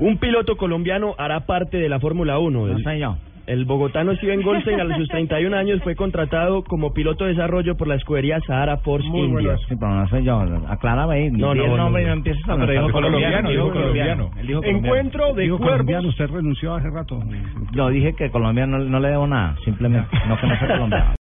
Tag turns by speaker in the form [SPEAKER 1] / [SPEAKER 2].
[SPEAKER 1] Un piloto colombiano hará parte de la Fórmula 1.
[SPEAKER 2] No
[SPEAKER 1] El-
[SPEAKER 2] sé yo.
[SPEAKER 1] El bogotano Steven Goldstein a sus 31 años fue contratado como piloto de desarrollo por la escudería Sahara Porsche
[SPEAKER 2] Muy
[SPEAKER 1] India.
[SPEAKER 2] bueno. Sí, pero no sé yo. Aclárame ahí.
[SPEAKER 1] No,
[SPEAKER 2] Di
[SPEAKER 1] no,
[SPEAKER 2] el
[SPEAKER 1] no,
[SPEAKER 2] nombre
[SPEAKER 1] no.
[SPEAKER 2] y no empieces a
[SPEAKER 3] No, pero dijo colombiano, dijo colombiano.
[SPEAKER 2] Él dijo colombiano.
[SPEAKER 4] Encuentro de
[SPEAKER 3] Dijo colombiano,
[SPEAKER 4] cuervos.
[SPEAKER 3] usted renunció hace rato.
[SPEAKER 2] Yo dije que Colombia no, no le debo nada, simplemente. No que no sea colombiano.